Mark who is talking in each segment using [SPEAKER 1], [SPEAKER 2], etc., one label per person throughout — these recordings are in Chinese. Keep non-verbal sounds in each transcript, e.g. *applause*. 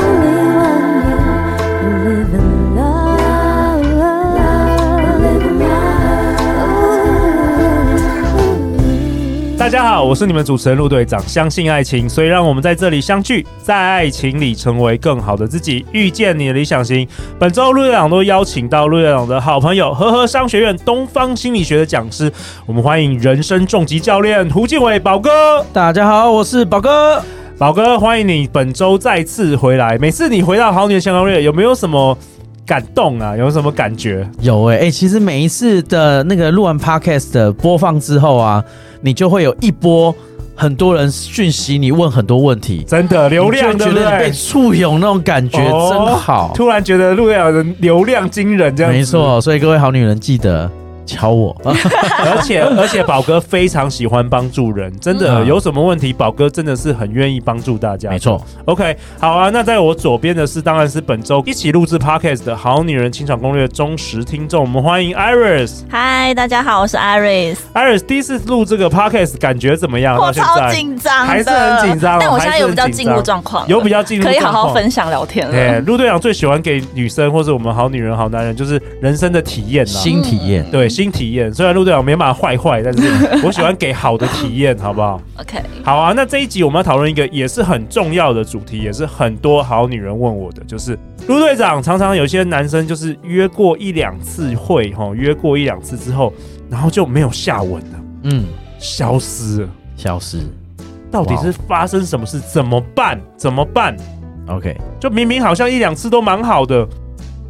[SPEAKER 1] only one you live in love, live in love.
[SPEAKER 2] 大家好，我是你们主持人陆队长。相信爱情，所以让我们在这里相聚，在爱情里成为更好的自己，遇见你的理想型。本周陆队长都邀请到陆队长的好朋友，和和商学院东方心理学的讲师，我们欢迎人生重疾教练胡敬伟宝哥。
[SPEAKER 3] 大家好，我是宝哥。
[SPEAKER 2] 宝哥，欢迎你本周再次回来。每次你回到好女人相攻略，有没有什么感动啊？有什么感觉？
[SPEAKER 3] 有哎、欸、欸其实每一次的那个录完 podcast 的播放之后啊，你就会有一波很多人讯息你问很多问题，
[SPEAKER 2] 真的流量
[SPEAKER 3] 你
[SPEAKER 2] 对
[SPEAKER 3] 就
[SPEAKER 2] 不
[SPEAKER 3] 觉得
[SPEAKER 2] 对
[SPEAKER 3] 被？簇拥那种感觉
[SPEAKER 2] 哦
[SPEAKER 3] 真好。
[SPEAKER 2] 突然觉得陆队长的流量惊人，这样子
[SPEAKER 3] 没错，所以各位好女人记得敲我。 *laughs* 啊
[SPEAKER 2] 而且而且，宝哥非常喜欢帮助人，真的、
[SPEAKER 3] 嗯
[SPEAKER 2] 有什么问题，宝哥真的是很愿意帮助大家。
[SPEAKER 3] 没 *laughs* 错，
[SPEAKER 2] OK，好啊。那在我左边的是，当然是本周一起录制 Podcast 的好女人情场攻略忠实听众，我们欢迎 Iris。
[SPEAKER 4] 嗨，大家好，我是 Iris，
[SPEAKER 2] Iris 第一次录这个 Podcast 感觉怎么样？
[SPEAKER 4] 我
[SPEAKER 2] 到现
[SPEAKER 4] 超
[SPEAKER 2] 在
[SPEAKER 4] 紧张的，
[SPEAKER 2] 还是很紧张哦
[SPEAKER 4] 但我现在有比较
[SPEAKER 2] 还是很紧
[SPEAKER 4] 进
[SPEAKER 2] 张
[SPEAKER 4] 入状况了，
[SPEAKER 2] 有比较进入
[SPEAKER 4] 可以好
[SPEAKER 2] 状
[SPEAKER 4] 好
[SPEAKER 2] 况
[SPEAKER 4] 分享聊天
[SPEAKER 2] 哎，
[SPEAKER 4] 了。
[SPEAKER 2] 陆队长最喜欢给女生或是我们好女人、好男人，就是人生的体验啦。
[SPEAKER 3] 新体验，
[SPEAKER 2] 对新体验，虽然陆队长没办法坏坏，但是我喜欢给好的体验，好不好？
[SPEAKER 4] OK，
[SPEAKER 2] 好啊，那这一集我们要讨论一个也是很重要的主题，也是很多好女人问我的，就是陆队长常常有些男生就是约过一两次会，哈，约过一两次之后，然后就没有下文了，
[SPEAKER 3] 嗯，
[SPEAKER 2] 消失了，
[SPEAKER 3] 消失。
[SPEAKER 2] 到底是发生什么事？怎么办？怎么办？
[SPEAKER 3] OK，
[SPEAKER 2] 就明明好像一两次都蛮好的，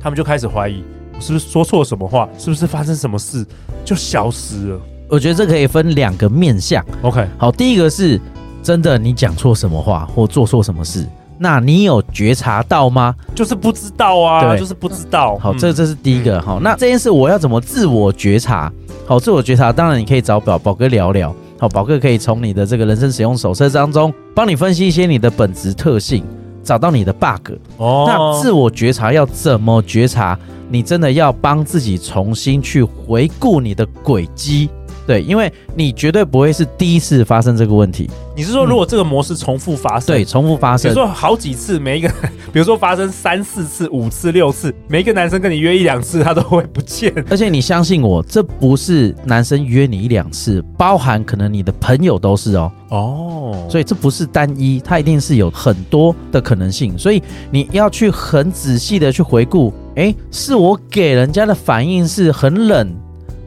[SPEAKER 2] 他们就开始怀疑我是不是说错什么话，是不是发生什么事就消失了
[SPEAKER 3] 我觉得这可以分两个面向。
[SPEAKER 2] ？OK，
[SPEAKER 3] 好，第一个是真的你讲错什么话或做错什么事，那你有觉察到吗？
[SPEAKER 2] 就是不知道啊，
[SPEAKER 3] 对
[SPEAKER 2] 就是不知道。
[SPEAKER 3] 好，
[SPEAKER 2] 嗯
[SPEAKER 3] 这这是第一个。好，那这件事我要怎么自我觉察？好，自我觉察，当然你可以找宝宝哥聊聊。好，宝哥可以从你的这个人生使用手册当中，帮你分析一些你的本质特性，找到你的 bug。
[SPEAKER 2] 哦
[SPEAKER 3] 那自我觉察要怎么觉察？你真的要帮自己重新去回顾你的轨迹。对，因为你绝对不会是第一次发生这个问题，
[SPEAKER 2] 你是说，如果这个模式重复发生，
[SPEAKER 3] 对，重复发
[SPEAKER 2] 比如
[SPEAKER 3] 生，
[SPEAKER 2] 说好几次，每一个， *laughs* 比如说发生三四次、五次、六次，每一个男生跟你约一两次，他都会不见。
[SPEAKER 3] 而且你相信我，这不是男生约你一两次，包含可能你的朋友都是哦。
[SPEAKER 2] 哦，
[SPEAKER 3] 所以这不是单一，它一定是有很多的可能性，所以你要去很仔细的去回顾，诶，是我给人家的反应是很冷，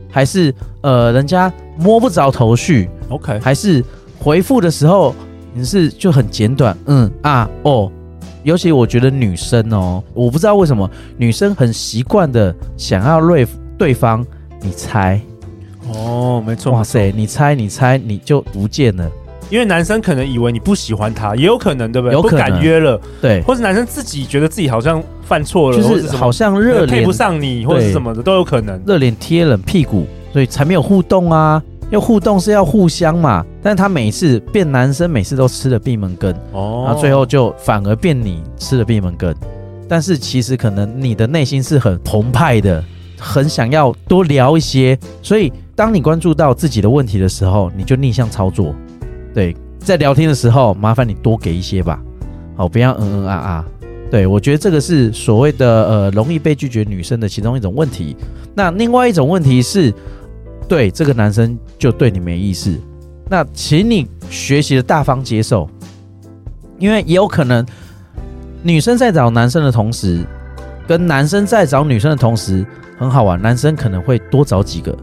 [SPEAKER 3] 还是呃人家摸不着头绪，
[SPEAKER 2] OK，
[SPEAKER 3] 还是回复的时候你是就很简短，嗯啊哦。尤其我觉得女生哦，我不知道为什么女生很习惯的想要对对方，你猜，
[SPEAKER 2] 哦，没错，
[SPEAKER 3] 哇塞，你猜你猜你就不见了，
[SPEAKER 2] 因为男生可能以为你不喜欢他，也有可能，对不对？
[SPEAKER 3] 有可能
[SPEAKER 2] 不敢约了，
[SPEAKER 3] 对，
[SPEAKER 2] 或者男生自己觉得自己好像犯错了，
[SPEAKER 3] 就
[SPEAKER 2] 或者
[SPEAKER 3] 是
[SPEAKER 2] 什么
[SPEAKER 3] 好像热
[SPEAKER 2] 配
[SPEAKER 3] 脸
[SPEAKER 2] 不上你，或者是什么的都有可能。
[SPEAKER 3] 热脸贴冷屁股，所以才没有互动啊。要互动是要互相嘛，但他每次变男生，每次都吃了闭门羹，
[SPEAKER 2] 哦
[SPEAKER 3] 然后最后就反而变你吃了闭门羹。但是其实可能你的内心是很澎湃的，很想要多聊一些。所以当你关注到自己的问题的时候，你就逆向操作。对，在聊天的时候，麻烦你多给一些吧，好，不要嗯嗯啊啊。对，我觉得这个是所谓的呃容易被拒绝女生的其中一种问题。那另外一种问题是，对这个男生就对你没意思。那请你学习的大方接受，因为也有可能女生在找男生的同时，跟男生在找女生的同时，很好玩，男生可能会多找几个，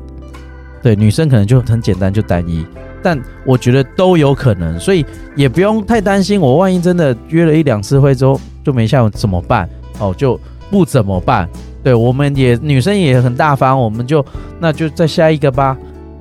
[SPEAKER 3] 对，女生可能就很简单就单一。但我觉得都有可能，所以也不用太担心。我万一真的约了一两次会之后就没下文怎么办？哦，就不怎么办。对，我们也女生也很大方，我们就那就再下一个吧。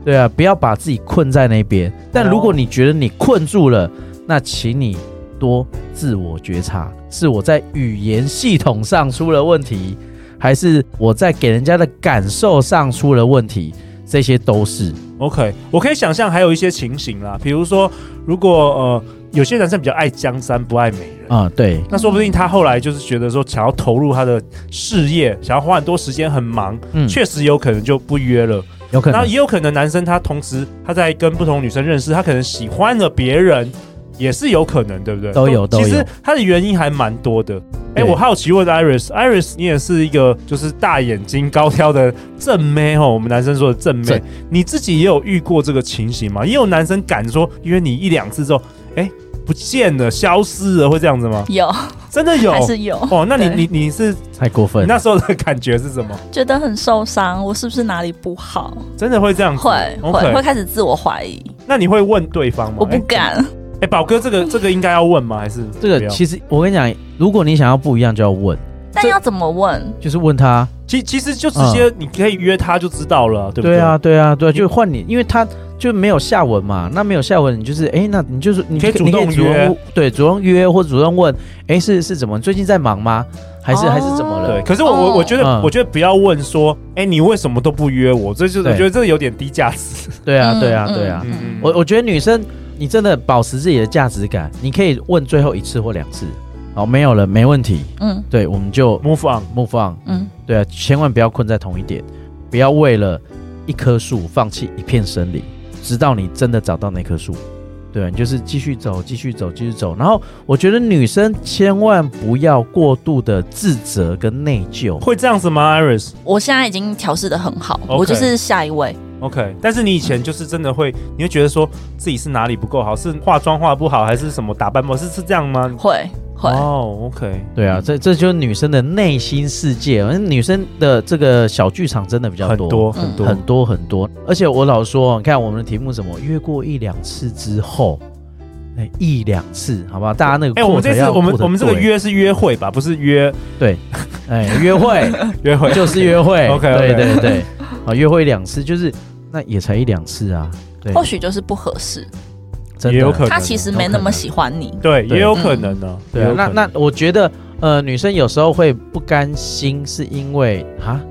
[SPEAKER 3] 对啊，不要把自己困在那边。但如果你觉得你困住了，那请你多自我觉察，是我在语言系统上出了问题，还是我在给人家的感受上出了问题？这些都是
[SPEAKER 2] OK，我可以想象还有一些情形啦，比如说，如果呃有些男生比较爱江山不爱美人，
[SPEAKER 3] 啊、对，
[SPEAKER 2] 那说不定他后来就是觉得说想要投入他的事业，想要花很多时间，很忙，
[SPEAKER 3] 嗯，
[SPEAKER 2] 确实有可能就不约了。
[SPEAKER 3] 有可
[SPEAKER 2] 然后
[SPEAKER 3] 能
[SPEAKER 2] 也有可能男生他同时他在跟不同女生认识，他可能喜欢了别人，也是有可能，对不对？
[SPEAKER 3] 都有都
[SPEAKER 2] 其实
[SPEAKER 3] 有
[SPEAKER 2] 他的原因还蛮多的。哎，
[SPEAKER 3] 对
[SPEAKER 2] 我好奇问 Iris，Iris，你也是一个就是大眼睛高挑的正妹哦，我们男生说的正妹
[SPEAKER 3] 正，
[SPEAKER 2] 你自己也有遇过这个情形吗？也有男生敢说约你一两次之后，哎，不见了，消失了，会这样子吗？
[SPEAKER 4] 有
[SPEAKER 2] 真的有
[SPEAKER 4] 还是有，
[SPEAKER 2] 哦？那你
[SPEAKER 4] 对
[SPEAKER 2] 你你是
[SPEAKER 3] 太过
[SPEAKER 2] 你
[SPEAKER 3] 分。
[SPEAKER 2] 那时候的感觉是什么？
[SPEAKER 4] 觉得很受伤，我是不是哪里不好？
[SPEAKER 2] 真的会这样子？
[SPEAKER 4] 会会
[SPEAKER 2] OK
[SPEAKER 4] 会开始自我怀疑，
[SPEAKER 2] 那你会问对方吗？
[SPEAKER 4] 我不
[SPEAKER 2] 哎
[SPEAKER 4] 敢，
[SPEAKER 2] 哎、宝哥，这个这个应该要问吗？还是
[SPEAKER 3] 这
[SPEAKER 2] 不
[SPEAKER 3] 个
[SPEAKER 2] 要
[SPEAKER 3] 其实我跟你讲，如果你想要不一样，就要问，
[SPEAKER 4] 但要怎么问？
[SPEAKER 3] 就是问他，
[SPEAKER 2] 其其实就直接你可以约他就知道了，对不对？
[SPEAKER 3] 对啊，，对啊，对啊，就换你，因为他就没有下文嘛，那没有下文，你就是哎，那你就是你
[SPEAKER 2] 可以主
[SPEAKER 3] 你
[SPEAKER 2] 动约
[SPEAKER 3] 对，主动约或主动问，哎，是是怎么最近在忙吗？还是、
[SPEAKER 4] 哦
[SPEAKER 3] 还是怎么
[SPEAKER 2] 对。
[SPEAKER 3] 了？
[SPEAKER 2] 可是我我、
[SPEAKER 4] 哦
[SPEAKER 2] 我觉得、
[SPEAKER 3] 嗯
[SPEAKER 2] 我觉得不要问说，哎、你为什么都不约我？这就是
[SPEAKER 3] 对
[SPEAKER 2] 我觉得这有点低价值。
[SPEAKER 3] 对啊，
[SPEAKER 4] 嗯
[SPEAKER 3] 对啊，
[SPEAKER 4] 嗯
[SPEAKER 3] 对啊。
[SPEAKER 2] 嗯，
[SPEAKER 3] 我我觉得女生，你真的保持自己的价值感，你可以问最后一次或两次，好，没有了，没问题，
[SPEAKER 4] 嗯
[SPEAKER 3] 对，我们就
[SPEAKER 2] move on。
[SPEAKER 3] move on，
[SPEAKER 4] 嗯，
[SPEAKER 3] 对啊，千万不要困在同一点，不要为了一棵树放弃一片森林，直到你真的找到那棵树。对啊，你就是继续走，继续走，继续走。然后我觉得女生千万不要过度的自责跟内疚。
[SPEAKER 2] 会这样子吗，Iris
[SPEAKER 4] 我现在已经调试的很好
[SPEAKER 2] OK
[SPEAKER 4] 我就是下一位，
[SPEAKER 2] ？OK，但是你以前就是真的会，你会觉得说自己是哪里不够好，是化妆化不好，还是什么打扮不好，是是这样吗？
[SPEAKER 4] 会会、
[SPEAKER 2] 哦，OK，
[SPEAKER 3] 对啊，这这就是女生的内心世界。而女生的这个小剧场真的比较
[SPEAKER 2] 很
[SPEAKER 3] 多，
[SPEAKER 4] 嗯
[SPEAKER 2] 多很多，
[SPEAKER 3] 很多很多。而且我老说，你看我们的题目什么，约过一两次之后，哎，一两次，好不好？大家那个
[SPEAKER 2] 哎、我们这
[SPEAKER 3] 过程
[SPEAKER 2] 次
[SPEAKER 3] 要
[SPEAKER 2] 我们
[SPEAKER 3] 过得
[SPEAKER 2] 我们这个
[SPEAKER 3] 对
[SPEAKER 2] 约是约会吧，不是约
[SPEAKER 3] 对，哎，
[SPEAKER 2] *laughs*
[SPEAKER 3] 约会
[SPEAKER 2] 约会，
[SPEAKER 3] 就是约会
[SPEAKER 2] OK，OK
[SPEAKER 3] 对对对，啊，约会两次就是那也才一两次啊，对，
[SPEAKER 4] 或许就是不合适，
[SPEAKER 3] 真
[SPEAKER 2] *laughs* 哦
[SPEAKER 3] 的
[SPEAKER 2] 也有可能啊
[SPEAKER 4] 他其实没那么喜欢你，
[SPEAKER 2] 对，
[SPEAKER 3] 对
[SPEAKER 2] 也有可能呢、
[SPEAKER 3] 对
[SPEAKER 2] 也
[SPEAKER 3] 啊
[SPEAKER 2] 有，
[SPEAKER 3] 那
[SPEAKER 2] 可能
[SPEAKER 3] 那我觉得呃，女生有时候会不甘心，是因为啊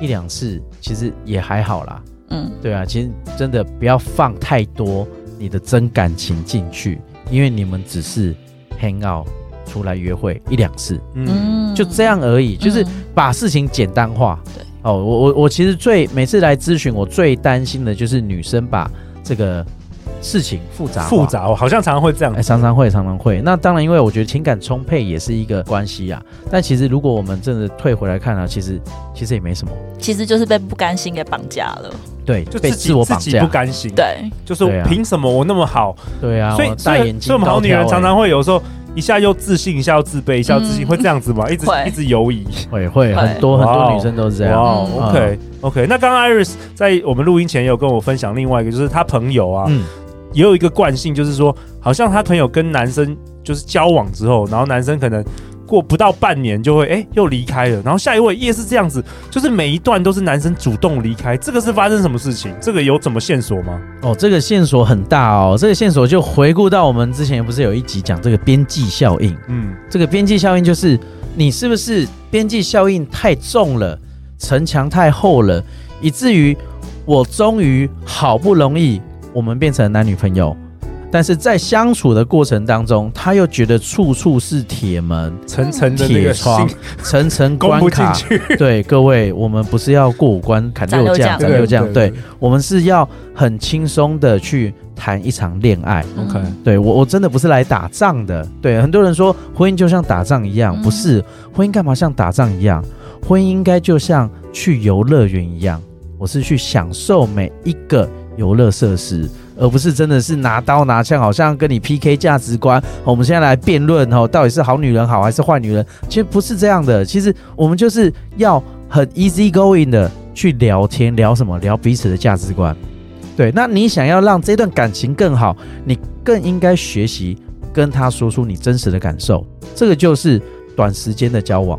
[SPEAKER 3] 一两次其实也还好啦，
[SPEAKER 4] 嗯，
[SPEAKER 3] 对啊，其实真的不要放太多你的真感情进去，因为你们只是 hang out 出来约会一两次，
[SPEAKER 2] 嗯
[SPEAKER 3] 就这样而已，就是
[SPEAKER 4] 嗯
[SPEAKER 3] 把事情简单化。
[SPEAKER 4] 对，
[SPEAKER 3] 哦，我我我其实最每次来咨询，我最担心的就是女生把这个事情复杂化
[SPEAKER 2] 复。杂，哦我好像常常会这样
[SPEAKER 3] 哎，。常常会，常常会。那当然，因为我觉得情感充沛也是一个关系啊。但其实，如果我们真的退回来看啊，其实其实也没什么。
[SPEAKER 4] 其实就是被不甘心给绑架了，
[SPEAKER 3] 对，
[SPEAKER 2] 就
[SPEAKER 3] 被
[SPEAKER 2] 自己
[SPEAKER 3] 自我
[SPEAKER 2] 自
[SPEAKER 3] 绑
[SPEAKER 2] 己不
[SPEAKER 3] 架。
[SPEAKER 2] 甘心，，
[SPEAKER 4] 对，
[SPEAKER 2] 就是
[SPEAKER 3] 对啊
[SPEAKER 2] 凭什么我那么好？
[SPEAKER 3] 对啊，
[SPEAKER 2] 所以
[SPEAKER 3] 我
[SPEAKER 2] 所以
[SPEAKER 3] 大眼睛
[SPEAKER 2] 所以我们好
[SPEAKER 3] 高
[SPEAKER 2] 女人
[SPEAKER 3] 挑
[SPEAKER 2] 常
[SPEAKER 3] 欸
[SPEAKER 2] 常会有时候一下又自信，一下又自卑，一下又自信，
[SPEAKER 4] 嗯
[SPEAKER 2] 会这样子吗？一直
[SPEAKER 4] 会
[SPEAKER 2] 一直犹疑。
[SPEAKER 3] 哎会会
[SPEAKER 4] 会
[SPEAKER 3] 很多很
[SPEAKER 2] 哇哦
[SPEAKER 3] 多女生都是这样。
[SPEAKER 2] 哇、
[SPEAKER 3] 嗯
[SPEAKER 2] o k OK。那刚刚 Iris 在我们录音前有跟我分享另外一个，就是她朋友啊，
[SPEAKER 3] 嗯，
[SPEAKER 2] 也有一个惯性，就是说，好像她朋友跟男生就是交往之后，然后男生可能过不到半年就会哎、又离开了，然后下一位也是这样子，就是每一段都是男生主动离开，这个是发生什么事情？这个有什么线索吗？
[SPEAKER 3] 哦，这个线索很大哦，这个线索就回顾到我们之前不是有一集讲这个边际效应。
[SPEAKER 2] 嗯，
[SPEAKER 3] 这个边际效应就是你是不是边际效应太重了，城墙太厚了，以至于我终于好不容易我们变成男女朋友，但是在相处的过程当中，他又觉得处处是铁门、
[SPEAKER 2] 层层的那
[SPEAKER 3] 铁
[SPEAKER 2] 个 *laughs*
[SPEAKER 3] 窗
[SPEAKER 2] 信、
[SPEAKER 3] 层层
[SPEAKER 2] 攻
[SPEAKER 3] 关
[SPEAKER 2] 不进
[SPEAKER 3] 卡。
[SPEAKER 2] 去，
[SPEAKER 3] 对各位，我们不是要过五关砍
[SPEAKER 4] 斩
[SPEAKER 3] 六
[SPEAKER 4] 六将
[SPEAKER 3] 将、斩六将，对我们是要很轻松的去谈一场恋爱。
[SPEAKER 4] 嗯
[SPEAKER 2] OK
[SPEAKER 3] 对我，我真的不是来打仗的。对，很多人说婚姻就像打仗一样，
[SPEAKER 4] 嗯
[SPEAKER 3] 不是婚姻干嘛像打仗一样？婚姻应该就像去游乐园一样，我是去享受每一个游乐设施，而不是真的是拿刀拿枪，好像跟你 PK 价值观。哦我们现在来辩论哦，到底是好女人好还是坏女人？其实不是这样的，其实我们就是要很 easy going 的去聊天，聊什么？聊彼此的价值观。对，那你想要让这段感情更好，你更应该学习跟他说出你真实的感受。这个就是短时间的交往。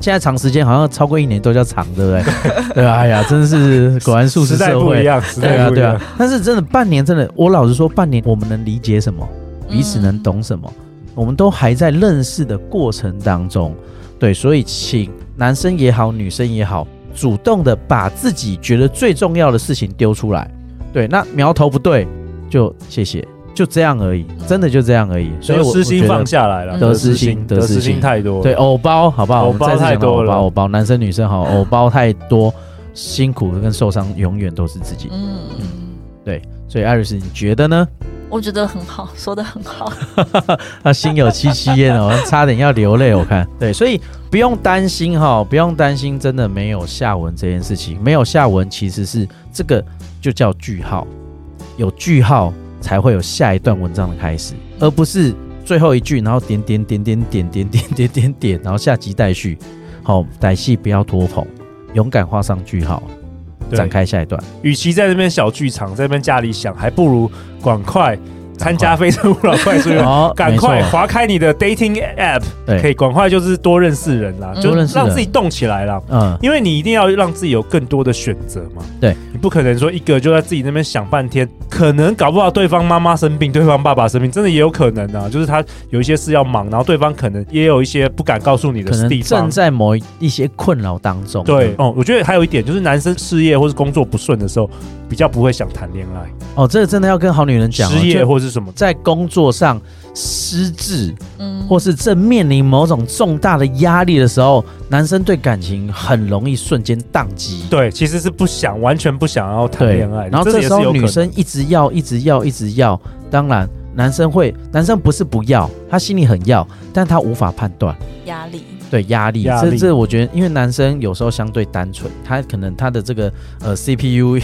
[SPEAKER 3] 现在长时间好像超过一年都叫长，对不
[SPEAKER 2] *laughs*
[SPEAKER 3] 对？对啊，哎呀，真是果然素食
[SPEAKER 2] 时代
[SPEAKER 3] 社
[SPEAKER 2] 不一
[SPEAKER 3] 会。
[SPEAKER 2] 样，时
[SPEAKER 3] 对
[SPEAKER 2] 代
[SPEAKER 3] 啊，
[SPEAKER 2] 不一
[SPEAKER 3] 对
[SPEAKER 2] 样。
[SPEAKER 3] 啊。但是真的半年，真的，我老实说，半年我们能理解什么？彼此能懂什
[SPEAKER 2] 嗯
[SPEAKER 3] 么，我们都还在认识的过程当中。对，所以请男生也好，女生也好，主动的把自己觉得最重要的事情丢出来。对，那苗头不对就谢谢，就这样而已，
[SPEAKER 2] 嗯
[SPEAKER 3] 真的就这样而已。所以
[SPEAKER 2] 得
[SPEAKER 3] 啊我
[SPEAKER 2] 失心
[SPEAKER 3] 我觉得
[SPEAKER 2] 放下来了，
[SPEAKER 4] 嗯
[SPEAKER 3] 得失心
[SPEAKER 2] 得
[SPEAKER 3] 得
[SPEAKER 2] 失
[SPEAKER 3] 失
[SPEAKER 2] 心
[SPEAKER 3] 心
[SPEAKER 2] 太多了。
[SPEAKER 3] 对，哦偶包好不好？
[SPEAKER 2] 偶
[SPEAKER 3] 我们
[SPEAKER 2] 包
[SPEAKER 3] 再次
[SPEAKER 2] 太
[SPEAKER 3] 讲
[SPEAKER 2] 多
[SPEAKER 3] 偶包
[SPEAKER 2] 了
[SPEAKER 3] 偶包，男生女生
[SPEAKER 2] *laughs*
[SPEAKER 3] 好，偶包太多，辛苦跟受伤永远都是自己。
[SPEAKER 4] 嗯，
[SPEAKER 3] 所以艾瑞斯，你觉得呢？
[SPEAKER 4] 我觉得很好，说的很好，
[SPEAKER 3] 啊，心有戚戚焉 *laughs* 哦，差点要流泪，我看。对，所以不用担心哈，不用担心，真的没有下文这件事情，没有下文其实是这个就叫句号，有句号才会有下一段文章的开始，而不是最后一句，然后点点点点点点点点点点，然后下集待续。好，歹戏不要拖棚，勇敢画上句号，
[SPEAKER 2] 对
[SPEAKER 3] 展开下一段。
[SPEAKER 2] 与其在那边小剧场，在那边家里想，还不如赶快参加《非诚勿扰》快速约会。
[SPEAKER 3] 好，
[SPEAKER 2] 赶
[SPEAKER 3] 哦没错
[SPEAKER 2] 快划开你的 dating app，
[SPEAKER 3] 对
[SPEAKER 2] 可以赶快就是多认识人啦，
[SPEAKER 4] 嗯
[SPEAKER 2] 就
[SPEAKER 3] 哎多认识
[SPEAKER 2] 让
[SPEAKER 3] 人
[SPEAKER 2] 自己动起来啦。
[SPEAKER 3] 嗯，
[SPEAKER 2] 因为你一定要让自己有更多的选择嘛。
[SPEAKER 3] 对，
[SPEAKER 2] 你不可能说一个就在自己那边想半天，可能搞不好对方妈妈生病，对方爸爸生病，真的也有可能啊。就是他有一些事要忙，然后对方可能也有一些不敢告诉你
[SPEAKER 3] 可
[SPEAKER 2] 的
[SPEAKER 3] 能
[SPEAKER 2] 地
[SPEAKER 3] 正
[SPEAKER 2] 方。
[SPEAKER 3] 在某一些困扰当中。
[SPEAKER 2] 对，哦，我觉得还有一点就是，男生事业或是工作不顺的时候，比较不会想谈恋爱，
[SPEAKER 3] 哦，这个真的要跟好女人讲、哦，
[SPEAKER 2] 失业
[SPEAKER 3] 就
[SPEAKER 2] 或是什么，
[SPEAKER 3] 在工作上失智，
[SPEAKER 4] 嗯，
[SPEAKER 3] 或是正面临某种重大的压力的时候，男生对感情很容易瞬间宕机。
[SPEAKER 2] 对，其实是不想，完全不想要谈
[SPEAKER 3] 对
[SPEAKER 2] 恋爱的。
[SPEAKER 3] 然后
[SPEAKER 2] 这
[SPEAKER 3] 这
[SPEAKER 2] 也
[SPEAKER 3] 时
[SPEAKER 2] 是有可
[SPEAKER 3] 候女
[SPEAKER 2] 能
[SPEAKER 3] 生一直要，一直要，一直要。当然，男生会，男生不是不要，他心里很要，但他无法判断。
[SPEAKER 4] 压力，
[SPEAKER 3] 对压力，
[SPEAKER 2] 压力
[SPEAKER 3] 这这我觉得，因为男生有时候相对单纯，他可能他的这个
[SPEAKER 2] *laughs*
[SPEAKER 3] 呃 CPU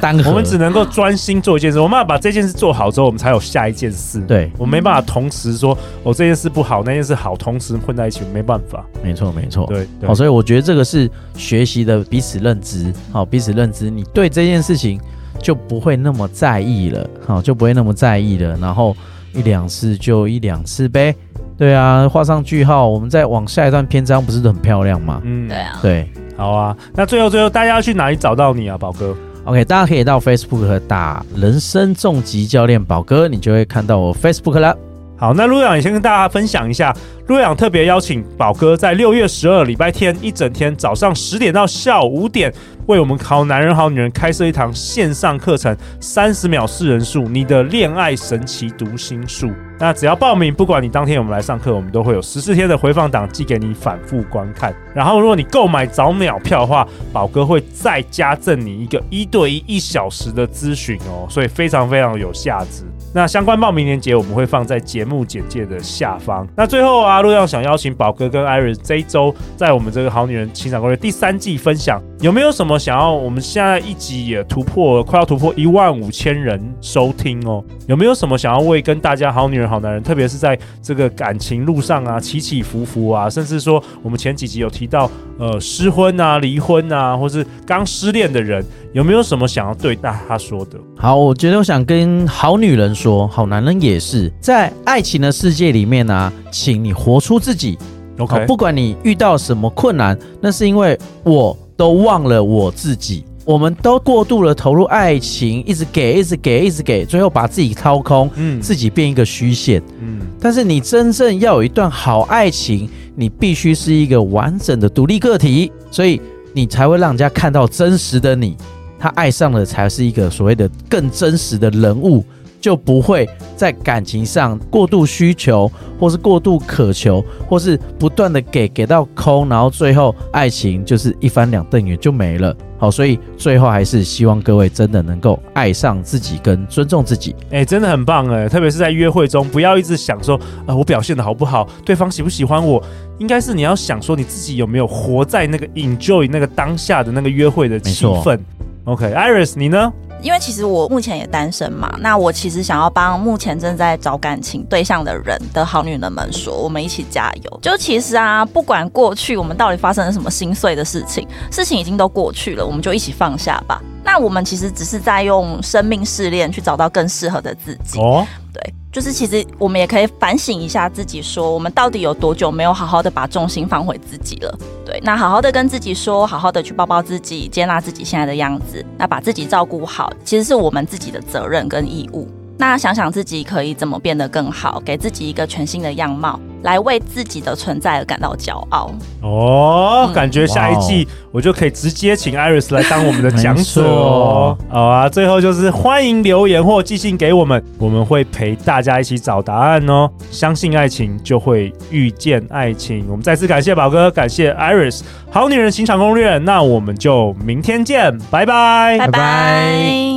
[SPEAKER 3] 单 *laughs* 核，
[SPEAKER 2] 我们只能够专心做一件事，我们要把这件事做好之后，我们才有下一件事。，
[SPEAKER 3] 对，
[SPEAKER 2] 我没办法同时说，我、这件事不好，那件事好，同时混在一起，没办法。
[SPEAKER 3] 没错没错，
[SPEAKER 2] 对，对
[SPEAKER 3] 好、所以我觉得这个是学习的彼此认知，好、彼此认知，你对这件事情就不会那么在意了，好、就不会那么在意了，然后一两次就一两次呗，对啊，画上句号，我们再往下一段篇章不是很漂亮吗？
[SPEAKER 2] 嗯
[SPEAKER 4] 对，啊，
[SPEAKER 3] 对
[SPEAKER 2] 好啊。那最后最后，大家要去哪里找到你啊，宝哥？
[SPEAKER 3] ，OK，大家可以到 Facebook 和打“人生重疾教练宝哥”，你就会看到我 Facebook 啦。
[SPEAKER 2] 好，那陆阳也先跟大家分享一下，陆阳特别邀请宝哥在六月十二礼拜天一整天，早上十点到下午五点，为我们好男人好女人开设一堂线上课程，三十秒四人术，你的恋爱神奇读心术。那只要报名，不管你当天有没有来上课，我们都会有十四天的回放档寄给你反复观看。然后，如果你购买早鸟票的话，宝哥会再加赠你一个一对一一小时的咨询哦，所以非常非常有价值。那相关报名链接我们会放在节目简介的下方。那最后啊，陆耀想邀请宝哥跟 Iris 这一周在我们这个好女人情感攻略第三季分享，有没有什么想要？我们现在一集也突破，快要突破一万五千人收听哦，有没有什么想要为跟大家好女人好男人，特别是在这个感情路上啊，起起伏伏啊，甚至说我们前几集有提到，呃，失婚啊、离婚啊，或是刚失恋的人，有没有什么想要对大家说的？
[SPEAKER 3] 好，我觉得我想跟好女人说，好男人也是，在爱情的世界里面呢、啊，请你活出自己，好
[SPEAKER 2] OK，
[SPEAKER 3] 不管你遇到什么困难，那是因为我都忘了我自己。我们都过度的投入爱情，一直给，一直给，一直给，最后把自己掏空，
[SPEAKER 2] 嗯
[SPEAKER 3] 自己变一个虚线。
[SPEAKER 2] 嗯。
[SPEAKER 3] 但是你真正要有一段好爱情，你必须是一个完整的独立个体，所以你才会让人家看到真实的你。他爱上了才是一个所谓的更真实的人物，就不会在感情上过度需求，或是过度渴求，或是不断的给给到空，然后最后爱情就是一翻两瞪眼就没了。好，所以最后还是希望各位真的能够爱上自己跟尊重自己。
[SPEAKER 2] 哎、真的很棒哎！特别是在约会中，不要一直想说，啊，我表现的好不好，对方喜不喜欢我，应该是你要想说你自己有没有活在那个 enjoy 那个当下的那个约会的
[SPEAKER 3] 没
[SPEAKER 2] 气
[SPEAKER 3] 错
[SPEAKER 2] 氛。OK，Iris，、你呢？
[SPEAKER 4] 因为其实我目前也单身嘛，那我其实想要帮目前正在找感情对象的人的好女人们说，我们一起加油。就其实啊，不管过去我们到底发生了什么心碎的事情，事情已经都过去了，我们就一起放下吧。那我们其实只是在用生命试炼去找到更适合的自己。
[SPEAKER 2] 哦，
[SPEAKER 4] 对，就是其实我们也可以反省一下自己说我们到底有多久没有好好的把重心放回自己了。对，那好好的跟自己说，好好的去抱抱自己，接纳自己现在的样子，那把自己照顾好，其实是我们自己的责任跟义务。那想想自己可以怎么变得更好，给自己一个全新的样貌。来为自己的存在而感到骄傲。
[SPEAKER 2] 哦，感觉下一季我就可以直接请 Iris 来当我们的讲者哦。好啊，最后就是欢迎留言或寄信给我们，我们会陪大家一起找答案哦。相信爱情就会遇见爱情。我们再次感谢宝哥，感谢 Iris，《好女人情场攻略》。那我们就明天见，拜拜
[SPEAKER 4] 拜拜